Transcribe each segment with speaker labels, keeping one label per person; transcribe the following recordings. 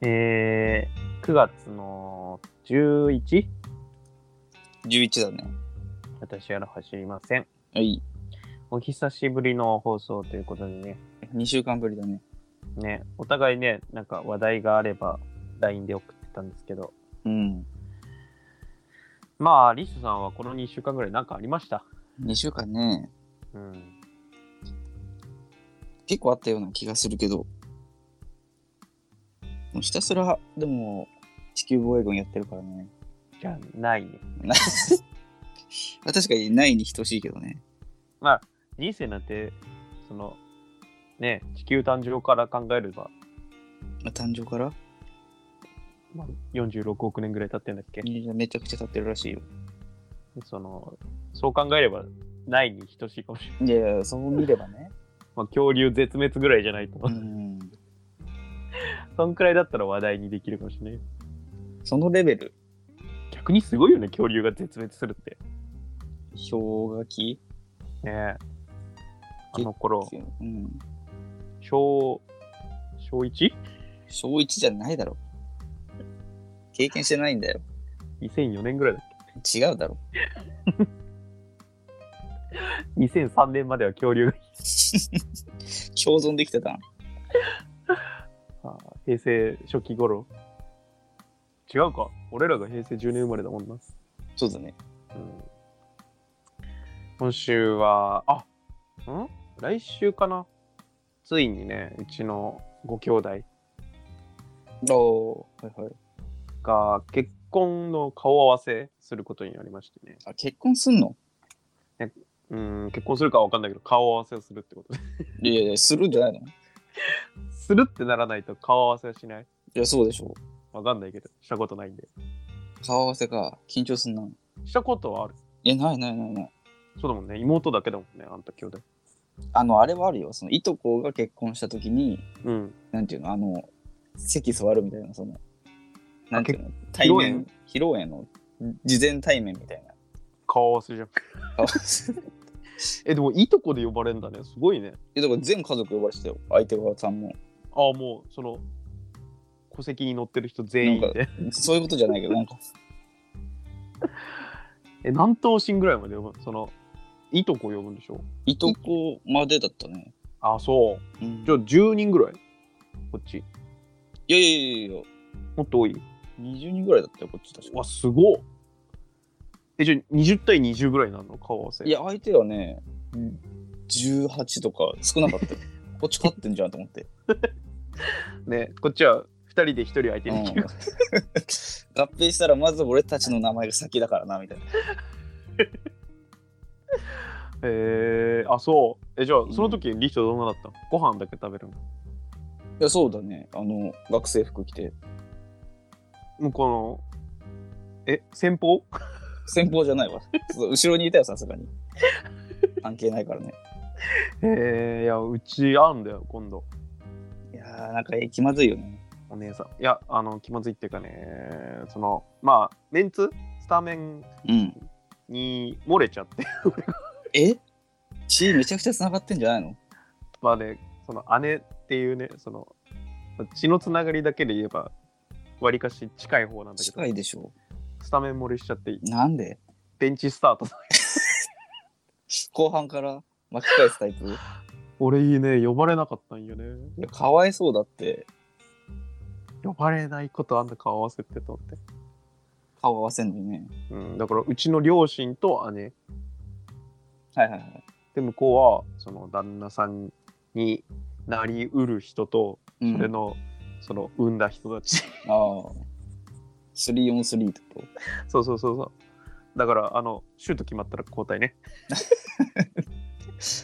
Speaker 1: えー、9月の 11?
Speaker 2: 11だね。
Speaker 1: 私やら走りません。
Speaker 2: はい。
Speaker 1: お久しぶりの放送ということでね、
Speaker 2: 2週間ぶりだね。
Speaker 1: ね、お互いね、なんか話題があれば LINE で送ってたんですけど、
Speaker 2: うん。
Speaker 1: まあ、リスさんはこの2週間ぐらいなんかありました。
Speaker 2: 2週間ね、
Speaker 1: うん。
Speaker 2: 結構あったような気がするけど、もうひたすら、でも、地球防衛軍やってるからね。
Speaker 1: じゃあ、ないね。
Speaker 2: まあ確かにないに等しいけどね。
Speaker 1: まあ、人生なんて、その、ね、地球誕生から考えれば、
Speaker 2: まあ誕生から
Speaker 1: まあ、46億年ぐらい経ってんだっけ、
Speaker 2: めちゃくちゃ経ってるらしいよ。
Speaker 1: その、そう考えれば、ないに等しいかもしれない。
Speaker 2: いやいや、そう見ればね。
Speaker 1: まあ、恐竜絶滅ぐらいじゃないと。
Speaker 2: うん。
Speaker 1: そんくらいだったら話題にできるかもしれない。
Speaker 2: そのレベル、
Speaker 1: 逆にすごいよね、恐竜が絶滅するって。
Speaker 2: 氷河期
Speaker 1: ねえ。あの頃、
Speaker 2: うん。
Speaker 1: 小、小 1?2004
Speaker 2: 小1じゃないだろ。経験してないんだよ。
Speaker 1: 年ぐらいだっ
Speaker 2: 違うだろ。
Speaker 1: け ?2003 年までは恐竜が、
Speaker 2: 共存できてたん
Speaker 1: あ平成初期頃。違うか。俺らが平成10年生まれだもんな。
Speaker 2: そうだね。
Speaker 1: うん今週は、あん来週かなついにね、うちのご兄弟
Speaker 2: おー、はいはい。
Speaker 1: が結婚の顔合わせすることになりましてね。
Speaker 2: あ、結婚すんの
Speaker 1: うん、結婚するかは分かんないけど、顔合わせをするってことで。
Speaker 2: いやいや、するんじゃないのい
Speaker 1: するってならないと顔合わせはしない
Speaker 2: や、そうでしょ。
Speaker 1: 分かんないけど、したことないんで。
Speaker 2: 顔合わせか。緊張すんな。
Speaker 1: したことはある。
Speaker 2: いや、ないないないない。
Speaker 1: そうだもんね、妹だけだもんね、あんた兄弟。
Speaker 2: あの、あれはあるよ。その、いとこが結婚したときに、
Speaker 1: うん。
Speaker 2: なんていうの、あの、席座るみたいな、その、なんていうの、
Speaker 1: け
Speaker 2: 対面、披露宴の、事前対面みたいな。
Speaker 1: 顔合わせじゃん。
Speaker 2: 顔合わ せい
Speaker 1: え、でも、いとこで呼ばれんだね。すごいね。
Speaker 2: や、だから全家族呼ばれてたよ。相手側さんも。
Speaker 1: ああ、もう、その、戸籍に載ってる人全員
Speaker 2: なんか
Speaker 1: で。
Speaker 2: そういうことじゃないけど、なんか、
Speaker 1: え、何頭身ぐらいまで呼ぶのその、いとこ呼ぶんでしょ
Speaker 2: いとこまでだったね。
Speaker 1: あ、そう。
Speaker 2: うん、い
Speaker 1: じゃあ、10人ぐらいこっち。
Speaker 2: やいやいやいや、
Speaker 1: もっと多い
Speaker 2: 20人ぐらいだったよ、こっち確か。
Speaker 1: わ、すごっえ、じゃあ、20対20ぐらいになるの顔合わせ。
Speaker 2: いや、相手はね、18とか少なかったよ。こっち勝ってんじゃんと思って。
Speaker 1: ね、こっちは2人で1人相手
Speaker 2: うん
Speaker 1: にで
Speaker 2: 合
Speaker 1: きる。
Speaker 2: 併したらまず俺たちの名前が先だからなみたいな。
Speaker 1: えー、あ、そう。え、じゃあ、その時、リヒトどんなだったのご飯だけ食べるの
Speaker 2: いやそうだね。あの学生服着て
Speaker 1: 向こうの、え、先方
Speaker 2: 先方じゃないわ。そう後ろにいたよさすがに。関係ないからね。
Speaker 1: えー、いや、うちあんだよ、今度。
Speaker 2: いやーなんかえ気まずいよね。
Speaker 1: お姉さん。いや、あの、気まずいっていうかね、その、まあ、メンツスタメン
Speaker 2: うん。
Speaker 1: に漏れちゃって。
Speaker 2: え血めちゃくちゃ繋がってんじゃないの
Speaker 1: まあね、その姉っていうね、その、血のつながりだけで言えば、わりかし近い方なんだけど
Speaker 2: 近、いでしょ。
Speaker 1: スタメン漏れしちゃって、
Speaker 2: なんで
Speaker 1: ベンチスタート。
Speaker 2: 後半から巻き返すタイプい
Speaker 1: 俺いいね、呼ばれなかったんよね。
Speaker 2: やかわいそうだって
Speaker 1: 呼ばれないことあんた顔合わせてと思って。
Speaker 2: 顔合わせんのにね。
Speaker 1: うん、だから、うちの両親と姉。
Speaker 2: はいはいはい。
Speaker 1: で、向こうは、その、旦那さんになりうる人と、
Speaker 2: う
Speaker 1: それの、その、産んだ人たち。
Speaker 2: ああ。3on3 ってこと
Speaker 1: そうそうそうそう。だから、あの、シュート決まったら交代ね。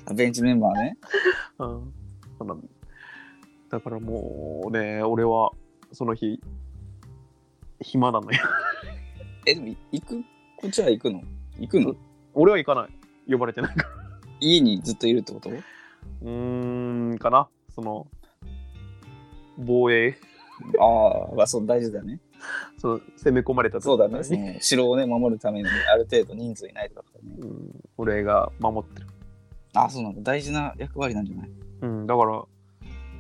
Speaker 2: あベンチメンバーね。
Speaker 1: うん。そうなんだ。だからもうね、俺は、その日、暇なのよ。
Speaker 2: え、でもい行くこっちは行くの行くの
Speaker 1: 俺は行かない。呼ばれてないから。
Speaker 2: 家にずっといるってこと
Speaker 1: うーん、かな。その、防衛、
Speaker 2: ああ、まあ、そう大事だね。
Speaker 1: その、攻め込まれた時
Speaker 2: そうだね。その城をね、守るためにある程度人数いないとだからね。
Speaker 1: うん、俺が守ってる。
Speaker 2: ああ、そうなんだ。大事な役割なんじゃない
Speaker 1: うん、だから、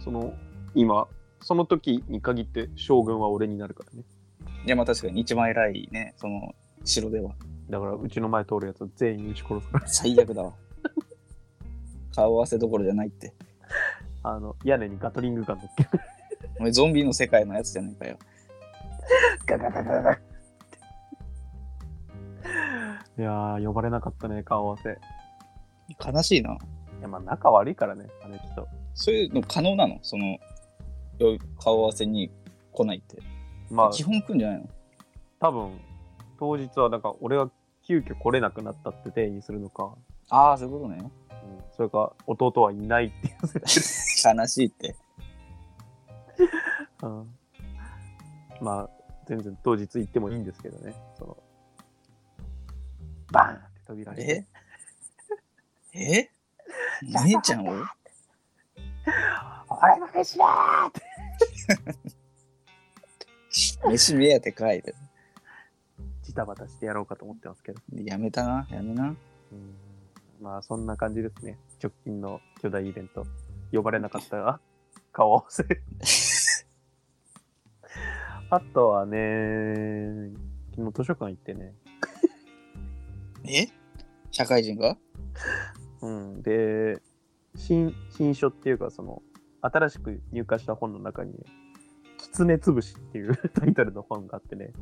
Speaker 1: その、今、その時に限って将軍は俺になるからね。
Speaker 2: いや、まあ確かに一番偉いね、その、城では。
Speaker 1: だからうちの前通るやつは全員撃ち殺すから。
Speaker 2: 最悪だわ。 顔合わせどころじゃないって。
Speaker 1: あの、屋根にガトリングガン乗っける。
Speaker 2: お前ゾンビの世界のやつじゃないかよ。
Speaker 1: ガガガガガいやー、呼ばれなかったね、顔合わせ。い
Speaker 2: 悲しいな。
Speaker 1: や、まあ仲悪いからね、あれきっと。
Speaker 2: そういうの可能なのその、よ顔合わせに来ないって。
Speaker 1: まあ、
Speaker 2: 基本来んじゃないの
Speaker 1: 多分、当日はなんか俺が急遽来れなくなったって定義するのか、
Speaker 2: ああ、そういうことね。
Speaker 1: うんそれか弟はいないっていう説
Speaker 2: 悲しいって。
Speaker 1: うんまあ、全然当日行ってもいいんですけどね。そのバーンって扉開いて。
Speaker 2: ええ姉ちゃんを
Speaker 1: 俺の飯だーって。
Speaker 2: 飯目当てかいて。
Speaker 1: ジタバタしてやろうかと思ってますけど。
Speaker 2: やめたな、やめな。
Speaker 1: うんまあ、そんな感じですね。直近の巨大イベント。呼ばれなかったら 顔合わせ。あとはね、昨日図書館行ってね。
Speaker 2: え社会人が
Speaker 1: うん、で新新書っていうかその新しく入荷した本の中に「きつねつぶし」っていう タイトルの本があってね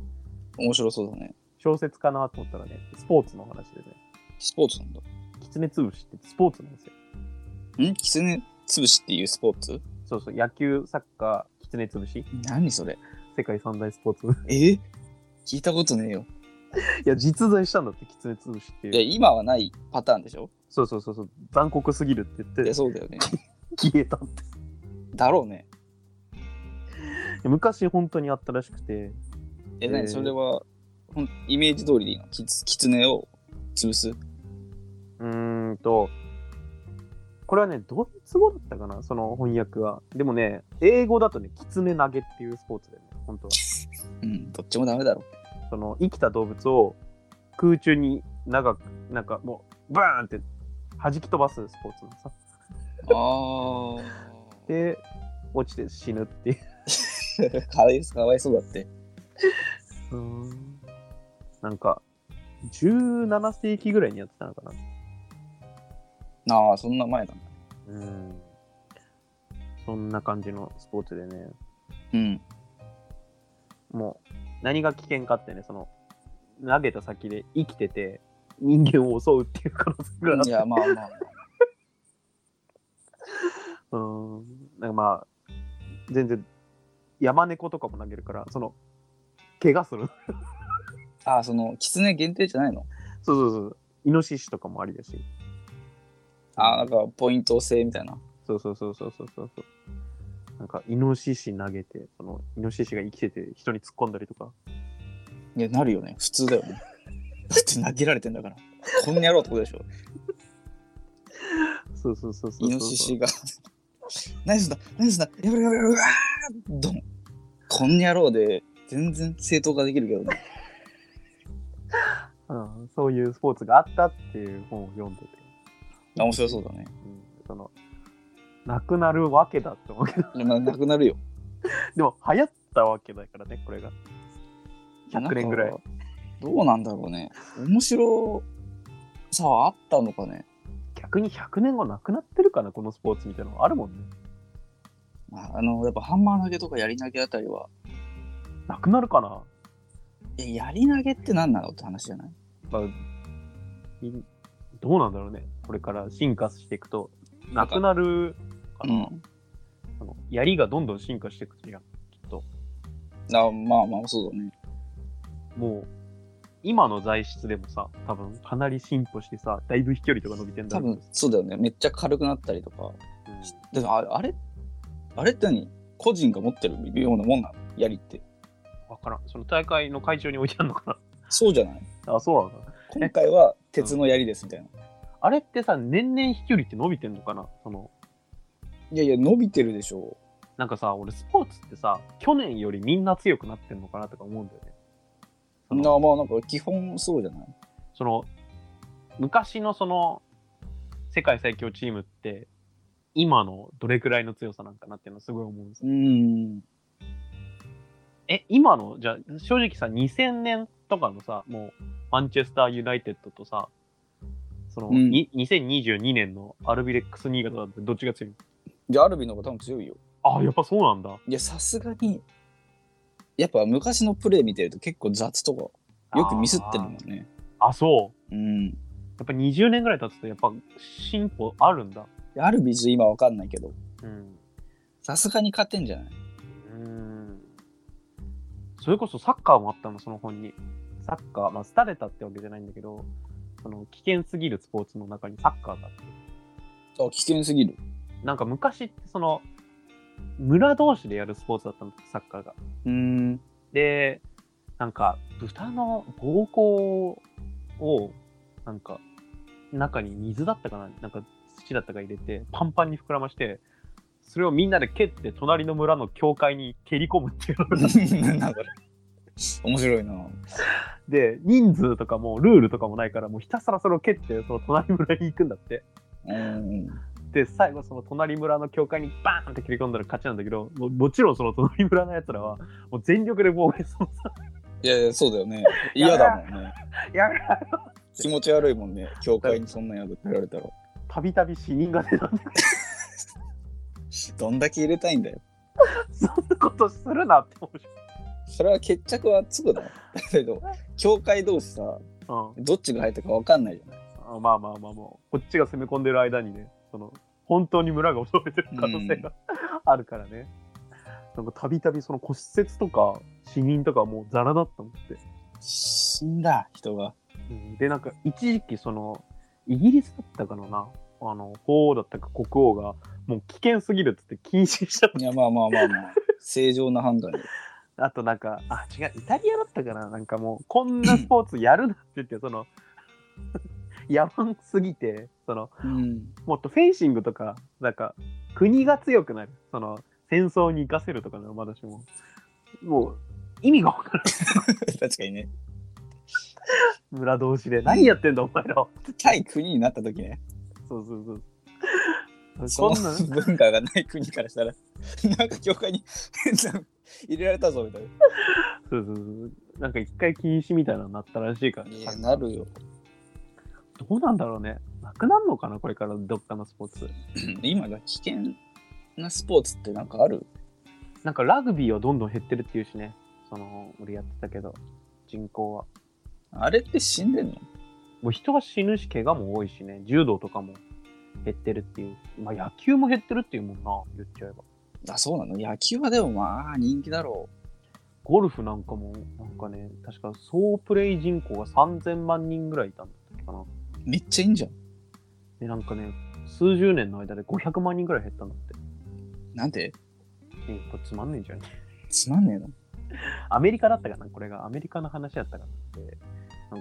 Speaker 2: 面白そうだね。
Speaker 1: 小説かなと思ったらねスポーツの話でね
Speaker 2: スポーツなんだ。
Speaker 1: きつねつぶしってスポーツなんですよ
Speaker 2: んキツネつぶしっていうスポーツ
Speaker 1: そうそう野球サッカーきつねつぶし
Speaker 2: 何それ
Speaker 1: 世界三大スポーツ
Speaker 2: え聞いたことねえよ。
Speaker 1: いや実在したんだってきつねつぶしって
Speaker 2: いや、
Speaker 1: いう
Speaker 2: 今はないパターンでしょ
Speaker 1: そうそうそうそう残酷すぎるって
Speaker 2: い
Speaker 1: 言
Speaker 2: や、
Speaker 1: って
Speaker 2: そうだよね。
Speaker 1: 消えたって
Speaker 2: だろうね。
Speaker 1: 昔本当にあったらしくて
Speaker 2: え、
Speaker 1: えー
Speaker 2: 何それは、ほんイメージ通りでいいのキツキツネを潰す
Speaker 1: うーんと、これはね、ドイツ語だったかな、その翻訳は。でもね、英語だとね、キツネ投げっていうスポーツだよね、本当は。
Speaker 2: うん、どっちもダメだろ。
Speaker 1: その生きた動物を空中に長く、なんかもう、バーンって弾き飛ばすスポーツなのさ。
Speaker 2: あ
Speaker 1: で、落ちて死ぬっていう。
Speaker 2: あ。 かわいかわいそうだって。
Speaker 1: なんか、17世紀ぐらいにやってたのかな。
Speaker 2: ああ、そんな前だな。
Speaker 1: うん。そんな感じのスポーツでね。
Speaker 2: うん。
Speaker 1: もう何が危険かってね、その投げた先で生きてて人間を襲うっていう可能性があっ
Speaker 2: い
Speaker 1: て
Speaker 2: や、まあまあ。
Speaker 1: うん、なんかまあ、全然山猫とかも投げるから、その怪我する。
Speaker 2: ああ、その、キツネ限定じゃないの
Speaker 1: そうそうそう、イノシシとかもありだし、
Speaker 2: ああ、なんか、ポイント制みたいな。
Speaker 1: そうそうそうそうそうそう。なんかイノシシ投げて、そのイノシシが生きてて人に突っ込んだりとか、
Speaker 2: いや、なるよね。普通だよね。 だって投げられてんだから。こんにゃろうってことでしょ。
Speaker 1: そうそうそうそうそう。
Speaker 2: イノシシが。 ナイスだナイスだやばいやばいやばいうわードンこんにゃろうで、全然正当化できるけどね。
Speaker 1: うん、そういうスポーツがあったっていう本を読んでて。
Speaker 2: あ面白そうだね。
Speaker 1: うん、その、なくなるわけだって思うけど、
Speaker 2: いやまあなくなるよ。
Speaker 1: でも流行ったわけだからね、これが。100年ぐらい
Speaker 2: なん。か。どうなんだろうね。面白さはあったのかね。
Speaker 1: 逆に100年後なくなってるかな、このスポーツみたいなのあるもんね。
Speaker 2: まあ、あの、やっぱハンマー投げとかやり投げあたりは、
Speaker 1: なくなるかな。
Speaker 2: えやり投げって何なのって話じゃない
Speaker 1: まあ、いどうなんだろうね、これから進化していくと。
Speaker 2: な
Speaker 1: なん
Speaker 2: か
Speaker 1: くなるか
Speaker 2: う
Speaker 1: な。
Speaker 2: ん。
Speaker 1: その槍がどんどん進化していくじゃん、きっと。
Speaker 2: あまあまあ、そうだね。
Speaker 1: もう、今の材質でもさ、多分かなり進歩してさ、だいぶ飛距離とか伸びてんだ
Speaker 2: 多
Speaker 1: ろうけ
Speaker 2: 分
Speaker 1: どさ
Speaker 2: そうだよね。めっちゃ軽くなったりとか。
Speaker 1: うん
Speaker 2: だからああれあれって何個人が持ってるようなもんなの槍って。
Speaker 1: わからん。その大会の会場に置いてあるのか
Speaker 2: そうじゃない
Speaker 1: な。あ、そうなのかな。
Speaker 2: 今回は鉄の槍ですみたいな。
Speaker 1: あれってさ、年々飛距離って伸びてんのかなその、
Speaker 2: いやいや、伸びてるでしょ。
Speaker 1: なんかさ、俺スポーツってさ、去年よりみんな強くなってんのかなとか思うんだよね。そうの
Speaker 2: なあまあなんか基本そうじゃない
Speaker 1: その昔のその、世界最強チームって、今のどれくらいの強さなんかなっていうのはすごい思うんですよ。
Speaker 2: うん。
Speaker 1: え、今の、じゃあ正直さ、2000年とかのさ、もう、マンチェスター・ユナイテッドとさ、その、
Speaker 2: うん
Speaker 1: に2022年のアルビレックス新潟だってどっちが強い
Speaker 2: じゃあ、アルビンの方が多分強いよ。
Speaker 1: あ、やっぱそうなんだ。
Speaker 2: いや、さすがに、やっぱ昔のプレー見てると結構雑とか、よくミスってるもんね。
Speaker 1: あ、そう。
Speaker 2: うん。
Speaker 1: やっぱ20年ぐらい経つと、やっぱ進歩あるんだ。
Speaker 2: アルビーズ今わかんないけど、
Speaker 1: うん。
Speaker 2: さすがに勝てんじゃないう
Speaker 1: ーんそれこそサッカーもあったの、その本に。サッカー、まあ、廃れたってわけじゃないんだけど、その危険すぎるスポーツの中にサッカーがあって。
Speaker 2: あ、危険すぎる。
Speaker 1: なんか昔ってその、村同士でやるスポーツだったの、サッカーが。
Speaker 2: うん。
Speaker 1: で、なんか、豚の膀胱を、なんか、中に水だったかな、なんか土だったか入れて、パンパンに膨らまして、それをみんなで蹴って、隣の村の教会に蹴り込むっていうのが
Speaker 2: なんだこれ。面白いな。
Speaker 1: で、人数とかもルールとかもないから、もうひたすらそれを蹴って、その隣村に行くんだって。
Speaker 2: うん。
Speaker 1: で、最後、その隣村の教会にバーンって切り込んだら勝ちなんだけど、ももちろんその隣村のやつらは、もう全力で防衛する。
Speaker 2: い やいや、そうだよね。嫌だもんね。
Speaker 1: やめろ
Speaker 2: 気持ち悪いもんね。教会にそんな宿ってられたら。
Speaker 1: たびたび死人が出たんだ
Speaker 2: どんだけ入れたいんだよ。
Speaker 1: そんなことするなって思うし。
Speaker 2: それは決着はつくだろ。 だけど、教会同士さ、
Speaker 1: う
Speaker 2: どっちが入ったかわかんないじゃない。
Speaker 1: ん。あまあまあまあもう、こっちが攻め込んでる間にね、その、本当に村が襲われてる可能性があるからね。なんかたびたびその骨折とか死人とかもうザラだったもんって。
Speaker 2: 死んだ、人が。
Speaker 1: うんでなんか一時期そのイギリスだったかのなあの法王だったか国王がもう危険すぎるっつって禁止しちゃっ
Speaker 2: いや、まあまあまあまあ。正常な判断で。
Speaker 1: た あとなんかあ違うイタリアだったかななんかもうこんなスポーツやるなって言ってその 野蛮すぎてその
Speaker 2: うん。
Speaker 1: もっとフェンシングとかなんか国が強くなるその戦争に生かせるとかのまだしももう意味が分からない
Speaker 2: 確かにね。
Speaker 1: 村同士で何やってんだお前らは
Speaker 2: 対国になった時ね。
Speaker 1: そうそうそう
Speaker 2: そ
Speaker 1: こんな
Speaker 2: の文化がない国からしたら、 なんか教会に 変な入れられたぞみたいな。
Speaker 1: そうそうそう。なんか一回禁止みたいなのになったらしいからね
Speaker 2: いや、なるよ。
Speaker 1: どうなんだろうね。なくなるのかなこれからどっかのスポーツ。
Speaker 2: 今が危険なスポーツってなんかある
Speaker 1: なんかラグビーはどんどん減ってるっていうしね。その、俺やってたけど、人口は。
Speaker 2: あれって死んでんの
Speaker 1: もう人が死ぬし、怪我も多いしね。柔道とかも減ってるっていう。まあ野球も減ってるっていうもんな、言っちゃえば。
Speaker 2: あ、そうなの野球はでもまあ人気だろ
Speaker 1: ゴルフなんかも、なんかね、確か総プレイ人口が3000万人ぐらいいたんだったかな。
Speaker 2: う。めっちゃいいんじゃん。
Speaker 1: で、なんかね、数十年の間で500万人ぐらい減ったんだって。
Speaker 2: なんで
Speaker 1: えやっぱつまんねえじゃん。
Speaker 2: つまんねえな。
Speaker 1: アメリカだったかな、これがアメリカの話だったかなって、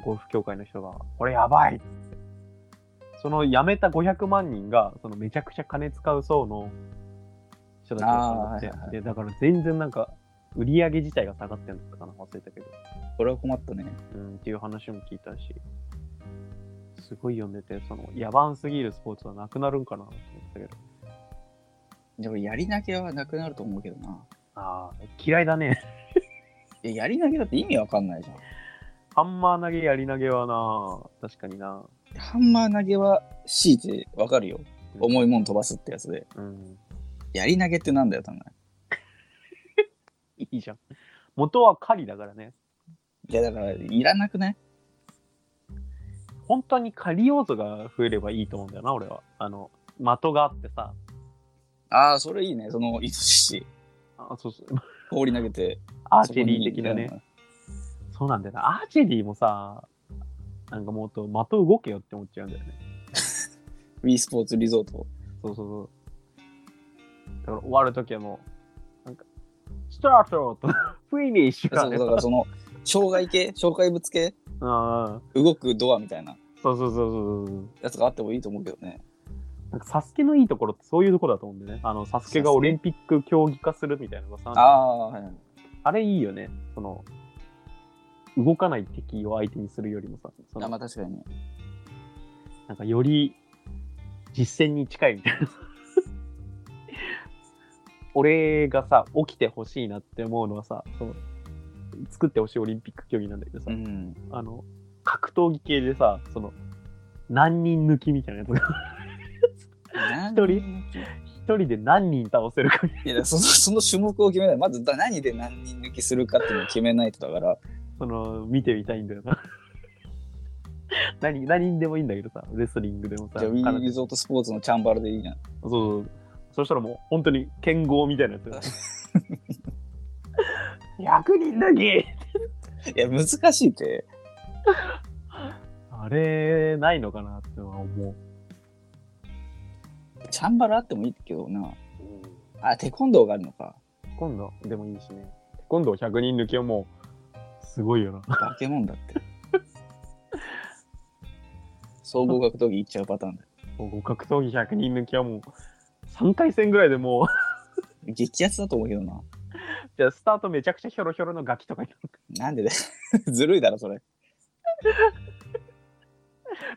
Speaker 1: ゴルフ協会の人が、これやばいっつってその辞めた500万人が、そのめちゃくちゃ金使う層の人たちだったんだって、
Speaker 2: あーはいはいはい
Speaker 1: でだから全然なんか、売り上げ自体が下がってるのかな、忘れたけど、
Speaker 2: これは困ったね。
Speaker 1: うん、っていう話も聞いたし、すごい読んでて、その野蛮すぎるスポーツはなくなるんかなと思ったけど、
Speaker 2: でもやり投げはなくなると思うけどな。
Speaker 1: ああ、嫌いだね。
Speaker 2: いや、やり投げだって意味わかんないじゃ
Speaker 1: ハンマー投げ、やり投げはな、確かにな。
Speaker 2: ん。ハンマー投げは強いてわかるよ。
Speaker 1: うん
Speaker 2: 重いもん飛ばすってやつで。
Speaker 1: うん
Speaker 2: やり投げってなんだよ、多分。
Speaker 1: いいじゃん。元は狩りだからね。
Speaker 2: いや、だから、いらなくない
Speaker 1: 本当に狩り要素が増えればいいと思うんだよな、俺は。あの、的があってさ、
Speaker 2: ああ、それいいね。その、イノシシ、
Speaker 1: あそうそう
Speaker 2: 放り投げて。
Speaker 1: アーチェリー的なね。。そうなんだよな。アーチェリーもさ、なんかもっと的動けよって思っちゃうんだよね。
Speaker 2: ウィースポーツリゾー ト。
Speaker 1: そうそうそう。だから終わるときはもう、なんか、スタートと フィニッシュ
Speaker 2: そ
Speaker 1: が
Speaker 2: う
Speaker 1: ね
Speaker 2: だからその、障害系、障害物系、
Speaker 1: うん
Speaker 2: 動くドアみたいな
Speaker 1: そうそうそうそうそう。
Speaker 2: やつがあってもいいと思うけどね。
Speaker 1: なんかサスケのいいところってそういうところだと思うんだよね。あの、サスケがオリンピック競技化するみたいなのがさ、
Speaker 2: ああ、はいはい。
Speaker 1: あれいいよね。その、動かない敵を相手にするよりもさ、そ
Speaker 2: あ
Speaker 1: の
Speaker 2: まあ確かにね。
Speaker 1: なんかより実戦に近いみたいな。 俺がさ、起きてほしいなって思うのはさ、その作ってほしいオリンピック競技なんだけどさ、
Speaker 2: うん。
Speaker 1: あの、格闘技系でさ、その、何人抜きみたいなやつが、
Speaker 2: 一
Speaker 1: 一人で何人倒せるかみたいない
Speaker 2: や、その、 その種目を決めない。まず、だ何で何人抜きするかっていうのを決めないとだから。
Speaker 1: その、見てみたいんだよな。 何、何にでもいいんだけどさ、レスリングでもさ、
Speaker 2: じゃあ、ウィ
Speaker 1: 空手
Speaker 2: ーリゾートスポーツのチャンバラでいいじゃん。
Speaker 1: そうそうそう。そしたらもう本当に剣豪みたいなやつ だよ。100人だけ
Speaker 2: いや、難しいって。
Speaker 1: あれ、ないのかなってのは思う。
Speaker 2: チャンバラあってもいいけどな。あ、テコンドーがあるのか。
Speaker 1: 今度でもいいしね。今度100人抜きはもう、すごいよな。
Speaker 2: 化け物だって。総合格闘技いっちゃうパターンだ。
Speaker 1: もう格闘技100人抜きはもう、3回戦ぐらいでもう、
Speaker 2: 激アツだと思うけどな。
Speaker 1: じゃあスタートめちゃくちゃひょろひょろのガキとかにな る
Speaker 2: なんでだよ ずるいだろ、それ。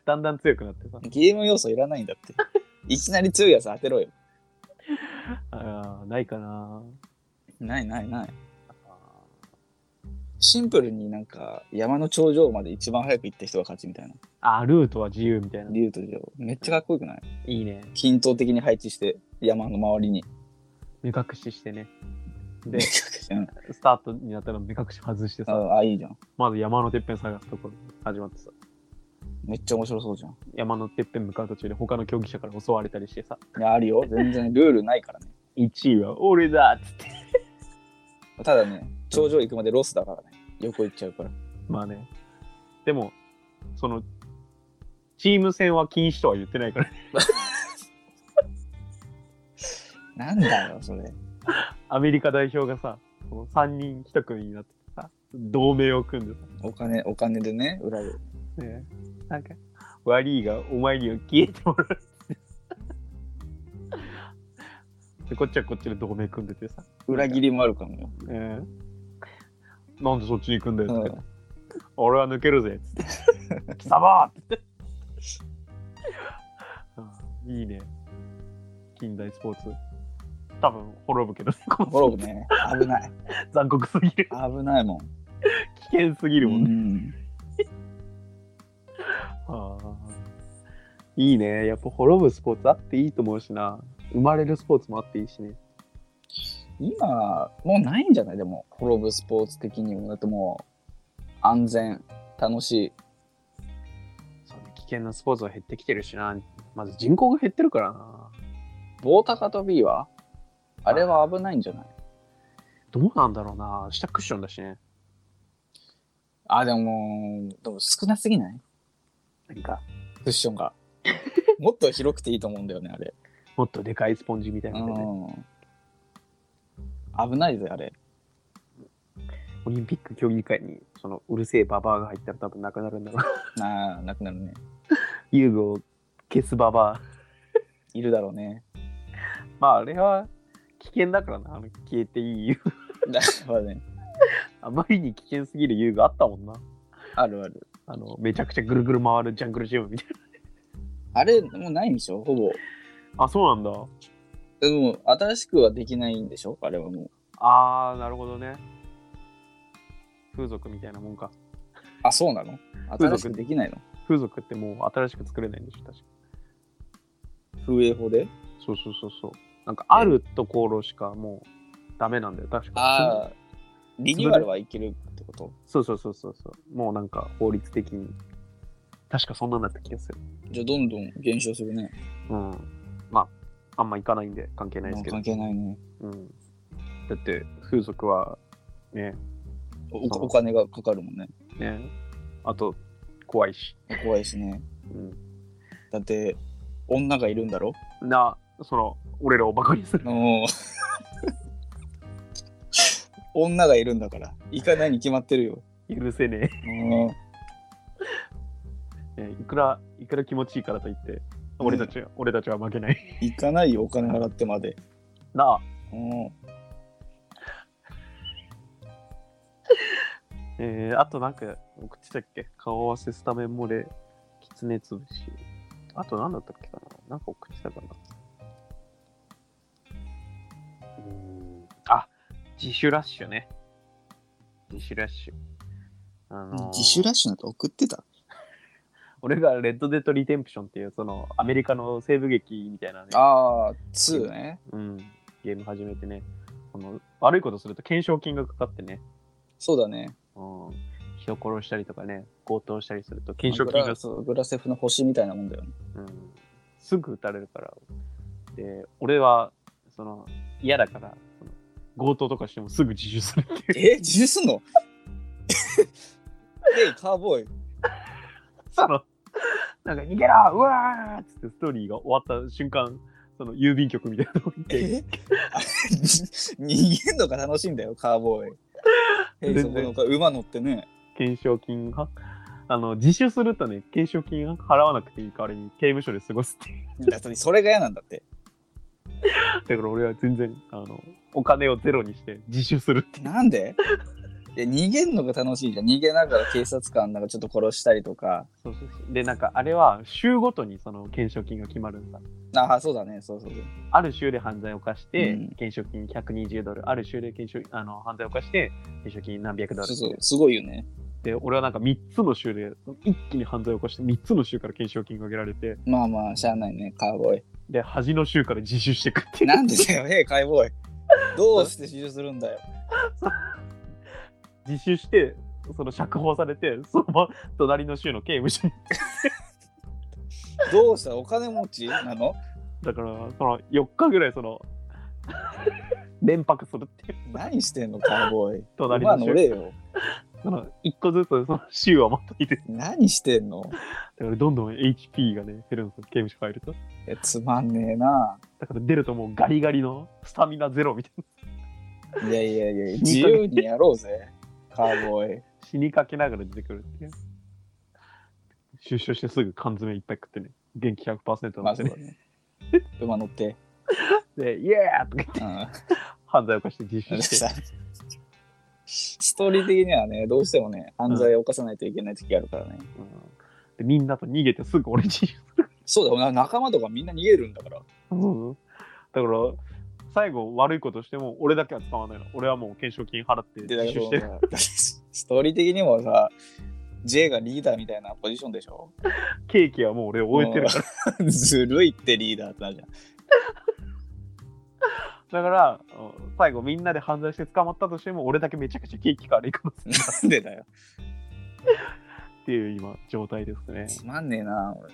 Speaker 1: だんだん強くなってさ。
Speaker 2: ゲーム要素いらないんだって。いきなり強いやつ当てろよ。
Speaker 1: ああ、ないかな。
Speaker 2: ないないない。
Speaker 1: あー
Speaker 2: シンプルになんか山の頂上まで一番早く行った人が勝ちみたいな。
Speaker 1: あー、ルートは自由みたいな。い
Speaker 2: 理由としてはめっちゃかっこよくない
Speaker 1: いね。
Speaker 2: 均等的に配置して山の周りに。
Speaker 1: 目隠ししてね。で
Speaker 2: で、、 うん
Speaker 1: スタートになったら目隠し外してさ、
Speaker 2: ああ、いいじゃん。
Speaker 1: まず山のてっぺん探すところ始まってさ、
Speaker 2: めっちゃ面白そうじゃん。
Speaker 1: 山のてっぺん向かう途中で他の競技者から襲われたりしてさ、
Speaker 2: いや、あるよ。全然ルールないからね。
Speaker 1: 1位は俺だっつって。
Speaker 2: ただね、頂上行くまでロスだからね。横行っちゃうから。
Speaker 1: まあね。でも、その、チーム戦は禁止とは言ってないから、 ね、
Speaker 2: なんだよ、それ。
Speaker 1: アメリカ代表がさ、その3人1組になってさ、同盟を組んで
Speaker 2: お金、お金でね、裏で。
Speaker 1: さ、ね、なんか、悪いがお前には消えてもらうっつってさ。で、こっちはこっちで同盟組んでてさ、
Speaker 2: 裏切りもあるかもよ。
Speaker 1: えーなんでそっちに行くんだよ、
Speaker 2: うん
Speaker 1: 俺は抜けるぜつって貴様つってうんいいね近代スポーツ多分滅ぶけどねこの
Speaker 2: ボロブね、危ない。
Speaker 1: 残酷すぎる
Speaker 2: 危ないもん。
Speaker 1: 危険すぎるもんね、
Speaker 2: ん。
Speaker 1: あーいいねやっぱ滅ぶスポーツあっていいと思うしな生まれるスポーツもあっていいしね
Speaker 2: 今、もうないんじゃないでも、滅ぶスポーツ的にも。だってもう、安全、楽しい。
Speaker 1: そうね危険なスポーツは減ってきてるしなまず人口が減ってるからな
Speaker 2: 棒高跳びはあれは危ないんじゃない
Speaker 1: どうなんだろうな下クッションだしね
Speaker 2: あ、でも、でも少なすぎない
Speaker 1: 何か
Speaker 2: クッションが。もっと広くていいと思うんだよね、あれ。
Speaker 1: もっとでかいスポンジみたいなのでね、
Speaker 2: うん。危ないぜ、あれ。
Speaker 1: オリンピック競技会にそのうるせえババアが入ったら多分なくな るんだろう
Speaker 2: なあ、なくなるね。
Speaker 1: 遊具を消すババ
Speaker 2: いるだろうね。
Speaker 1: ア まああれは危険だからなあの消えていい遊具
Speaker 2: だからね。
Speaker 1: あまりに危険すぎる遊具あったもんな
Speaker 2: あるある。
Speaker 1: あのめちゃくちゃぐるぐる回るジャングルジムみたい
Speaker 2: あれ、もうないんでしょほぼ。
Speaker 1: なあそうなんだ
Speaker 2: でも、新しくはできないんでしょあれはもう。
Speaker 1: あーなるほどね風俗みたいなもんか
Speaker 2: あ、そうなの新しくできないの
Speaker 1: 風俗ってもう新しく作れないんでしょ確か
Speaker 2: 風営法で
Speaker 1: そうそうそうそうなんかあるところしかもうダメなんだよ確か
Speaker 2: ああ、リニューアルはいけるってこと
Speaker 1: そうそうそうそうそう。もうなんか法律的に。確かそんなんだった気がする。
Speaker 2: じゃあ、どんどん減少するね。
Speaker 1: うん。まあ、あんま行かないんで関係ないです
Speaker 2: もう
Speaker 1: けど
Speaker 2: 関。係ないね
Speaker 1: うん。だって、風俗は、ね、
Speaker 2: お。おお金がかかるもんね。
Speaker 1: ね、あと、怖いし。
Speaker 2: 怖いしね。
Speaker 1: う
Speaker 2: だって、女がいるんだろ
Speaker 1: ん。な、その、俺らをバカにする。
Speaker 2: おー 女がいるんだから。行かないに決まってるよ。
Speaker 1: 許せね
Speaker 2: うん
Speaker 1: え。ねいくら、いくら気持ちいいからといって、俺たちは、俺たちは負けない。
Speaker 2: 行かないよ、お金払ってまで。
Speaker 1: なあ、
Speaker 2: うん
Speaker 1: えー、あとなんか、送ってたっけ顔合わせスタメン漏れ、きつねつぶし。あと何だったっけかななんか送ってたかなうんあ自主ラッシュね。自主ラッシュ。あのー
Speaker 2: 自主ラッシュなんて送ってた
Speaker 1: 俺がレッド・デッド・リテンプションっていうそのアメリカの西部劇みたいなね、
Speaker 2: ああ、2ね。
Speaker 1: うん、ゲーム始めてねその悪いことすると懸賞金がかかってね、
Speaker 2: そうだね。
Speaker 1: うん、人殺したりとかね強盗したりすると懸賞金
Speaker 2: グ
Speaker 1: が
Speaker 2: ラそうグラセフの星みたいなもんだよね。
Speaker 1: うん、すぐ撃たれるからで俺はその嫌だからその強盗とかしてもすぐ自首する っていう
Speaker 2: え自首すんの えい、カーボーイ。
Speaker 1: そのなんか逃げろうわーっつってストーリーが終わった瞬間その郵便局みたいなとこ行 って
Speaker 2: え あ逃げんのが楽しいんだよ、カーボーイ。え
Speaker 1: 全
Speaker 2: い、
Speaker 1: 然
Speaker 2: そこのか馬乗ってね。
Speaker 1: 懸賞金があの自首するとね懸賞金が払わなくていい代わりに刑務所で過ごすっていう
Speaker 2: だってそれが嫌なんだって。
Speaker 1: だから俺は全然あのお金をゼロにして自首するっていう
Speaker 2: なんでいや逃げんのが楽しいじゃん。逃げながら警察官なんかちょっと殺したりとか。
Speaker 1: そうそうそうでなんかあれは週ごとにその懸賞金が決まるんだ
Speaker 2: ああ、そうだね。そうそうそう。
Speaker 1: ある州で犯罪を犯して
Speaker 2: うん
Speaker 1: 懸賞金120ドルある州で懸賞あの犯罪を犯して懸賞金何百ドル
Speaker 2: そうそうすごいよね。
Speaker 1: で俺はなんか3つの州で一気に犯罪を犯して3つの州から懸賞金が上げられて
Speaker 2: まあまあ、しゃあないね、カーボーイ。
Speaker 1: で恥の州から自首してくっていう
Speaker 2: なんでだよ、えい、カーボーイ。どうして自首するんだよ。
Speaker 1: 自首してその釈放されてそのまま隣の州の刑務所に
Speaker 2: どうしたお金持ちなの
Speaker 1: だからその4日ぐらいその連泊するっていう
Speaker 2: 何してんの、カーボーイ。
Speaker 1: 隣
Speaker 2: 馬
Speaker 1: の
Speaker 2: 乗
Speaker 1: 州
Speaker 2: れよ。
Speaker 1: その1個ずつその州はまたいて
Speaker 2: 何してんの
Speaker 1: だからどんどん HP がね減るんですよ刑務所入ると
Speaker 2: いやつまんねえな。
Speaker 1: だから出るともうガリガリのスタミナゼロみたいない
Speaker 2: やいやいや、 自由にやろうぜ、カーボーイ。
Speaker 1: 死にかけながら出てくるっていう出所してすぐ缶詰いっぱい食ってね元気100%に
Speaker 2: ま
Speaker 1: な
Speaker 2: あ
Speaker 1: って
Speaker 2: そう
Speaker 1: ね
Speaker 2: だ、ね。馬乗って。
Speaker 1: でイエーとか言って
Speaker 2: うん。
Speaker 1: 犯罪を犯して自
Speaker 2: な
Speaker 1: 首
Speaker 2: んか
Speaker 1: して
Speaker 2: さストーリー的にはね、どうしてもね、犯罪を犯さないといけない時があるからね。
Speaker 1: うんでみんなと逃げてすぐ俺自首
Speaker 2: そうだよな、仲間とかみんな逃げるんだから。
Speaker 1: うんだから最後悪いことしても俺だけは捕まらないの俺はもう懸賞金払って自
Speaker 2: でだか
Speaker 1: 首
Speaker 2: らそ
Speaker 1: し て
Speaker 2: の
Speaker 1: る
Speaker 2: だってストーリー的にもさ、J がリーダーみたいなポジションでしょ
Speaker 1: ケーキはもう俺を終えてるから
Speaker 2: ずるいってリーダーってなるじゃん。
Speaker 1: だからうん最後みんなで犯罪して捕まったとしても俺だけめちゃくちゃケーキから行くっ
Speaker 2: なんでだよ。
Speaker 1: ていう今状態ですね
Speaker 2: つまんねえな、俺。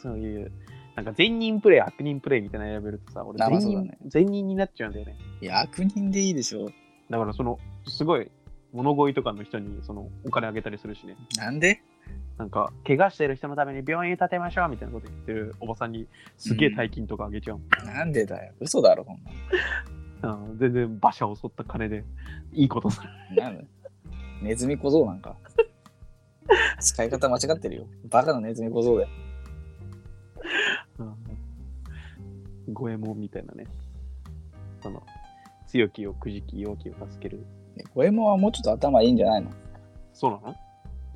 Speaker 1: そういうなんか善人プレイ悪人プレイみたいなの選べるとさ俺
Speaker 2: あま
Speaker 1: 善
Speaker 2: あ
Speaker 1: 人,、
Speaker 2: そうだね
Speaker 1: 善人になっちゃうんだよね
Speaker 2: いや悪人でいいでしょ。
Speaker 1: だからそのすごい物乞いとかの人にそのお金あげたりするしね
Speaker 2: なんで
Speaker 1: なんか怪我してる人のために病院建てましょうみたいなこと言ってるおばさんにすげえ大金とかあげちゃう
Speaker 2: なんでだよ。嘘だろ、ほんま。
Speaker 1: うん全然馬車を襲った金でいいことする。
Speaker 2: なんだよネズミ小僧 なんか。使い方間違ってるよ。バカなネズミ小僧だよ。
Speaker 1: うん五右衛門みたいなね。その強きをくじき、弱きを助ける。
Speaker 2: ね五右衛門はもうちょっと頭いいんじゃないの
Speaker 1: そうなの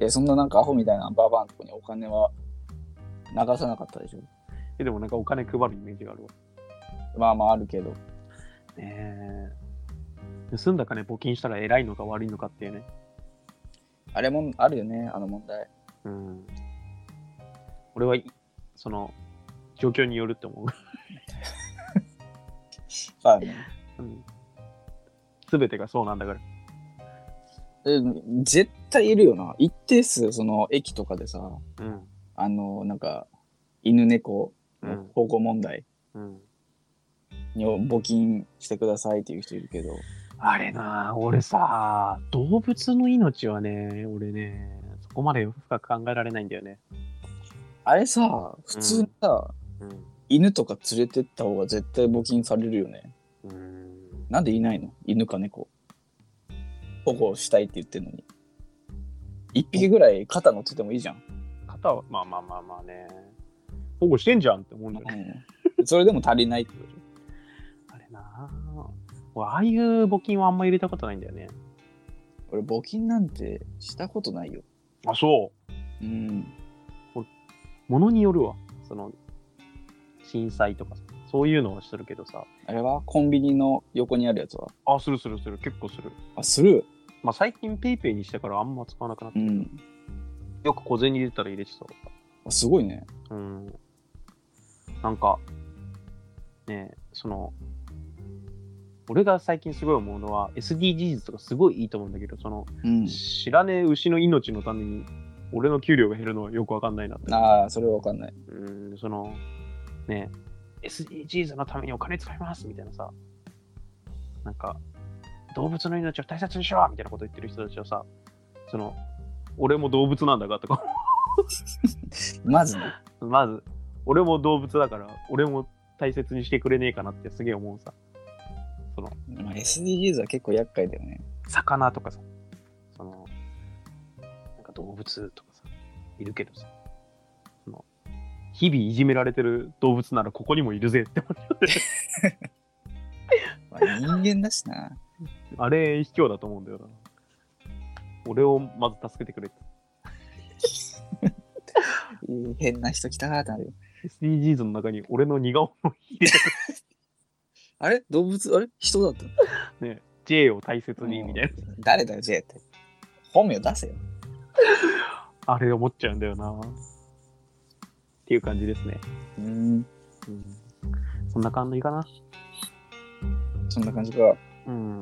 Speaker 2: え、そんななんかアホみたいなババアのとこにお金は流さなかったでしょ。
Speaker 1: えでもなんかお金配るイメージがあるわ。
Speaker 2: まあまああるけど。
Speaker 1: ねえ盗んだ金募金したら偉いのか悪いのかっていうね。
Speaker 2: あれもあるよね、あの問題。
Speaker 1: うん、俺はいその状況によるって思う。
Speaker 2: まあね
Speaker 1: うん全てがそうなんだから。
Speaker 2: え絶対いるよな。一定数、その駅とかでさ、
Speaker 1: うん。
Speaker 2: あの、なんか、犬猫
Speaker 1: う
Speaker 2: の
Speaker 1: ん。
Speaker 2: 保護問題
Speaker 1: うん、
Speaker 2: に募金してくださいっていう人いるけど、
Speaker 1: あれなあ、俺さ、動物の命はね、俺ね、そこまで深く考えられないんだよね。
Speaker 2: あれさ、普通にさ、
Speaker 1: うん。
Speaker 2: 犬とか連れてった方が絶対募金されるよね。
Speaker 1: うん、
Speaker 2: なんでいないの犬か猫。保護したいって言ってんのに。一匹ぐらい肩乗っててもいいじゃん。
Speaker 1: 肩は、まあまあまあまあね、保護してんじゃんって思うんだよね。
Speaker 2: うんそれでも足りないってことでしょ
Speaker 1: あれなあ、俺、ああいう募金はあんま入れたことないんだよね。
Speaker 2: 俺募金なんてしたことないよ。
Speaker 1: あ、そ
Speaker 2: うん。
Speaker 1: う。ものによるわ。その、震災とか、そういうのはしてるけどさ。
Speaker 2: あれはコンビニの横にあるやつは
Speaker 1: あ、するするする。結構する。
Speaker 2: あ、する
Speaker 1: まあ最近ペイペイにしてからあんま使わなくなっ
Speaker 2: う
Speaker 1: て、
Speaker 2: ん。
Speaker 1: よく小銭入れたら入れてた。
Speaker 2: あすごいね。
Speaker 1: うん。なんか、ねえその、俺が最近すごい思うのは、SDGs とかすごいいいと思うんだけど、その、
Speaker 2: うん。
Speaker 1: 知らねえ牛の命のために、俺の給料が減るのはよくわかんないなって。
Speaker 2: ああ、それはわかんない。
Speaker 1: うん、その、ねえ SDGs のためにお金使いますみたいなさ、なんか、動物の命を大切にしろみたいなこと言ってる人たちはさ、その、俺も動物なんだがとか
Speaker 2: まずね。
Speaker 1: まず、俺も動物だから、俺も大切にしてくれねえかなってすげえ思うさ。その、
Speaker 2: まあ、SDGs は結構厄介だよね。
Speaker 1: 魚とかさ、その、なんか動物とかさ、いるけどさ、その、日々いじめられてる動物ならここにもいるぜって思っちゃって、
Speaker 2: まあ、人間だしな。
Speaker 1: あれ卑怯だと思うんだよな。俺をまず助けてくれって。
Speaker 2: 変な人来たーってなるよ。
Speaker 1: SDGs の中に俺の似顔絵を入れて、
Speaker 2: あれ動物あれ人だった
Speaker 1: J を大切にみたいな、
Speaker 2: 誰だよ、J って。本名出せよ。
Speaker 1: あれ思っちゃうんだよな。っていう感じですね。
Speaker 2: うん。
Speaker 1: そんな感じかな。
Speaker 2: そんな感じか。
Speaker 1: うん。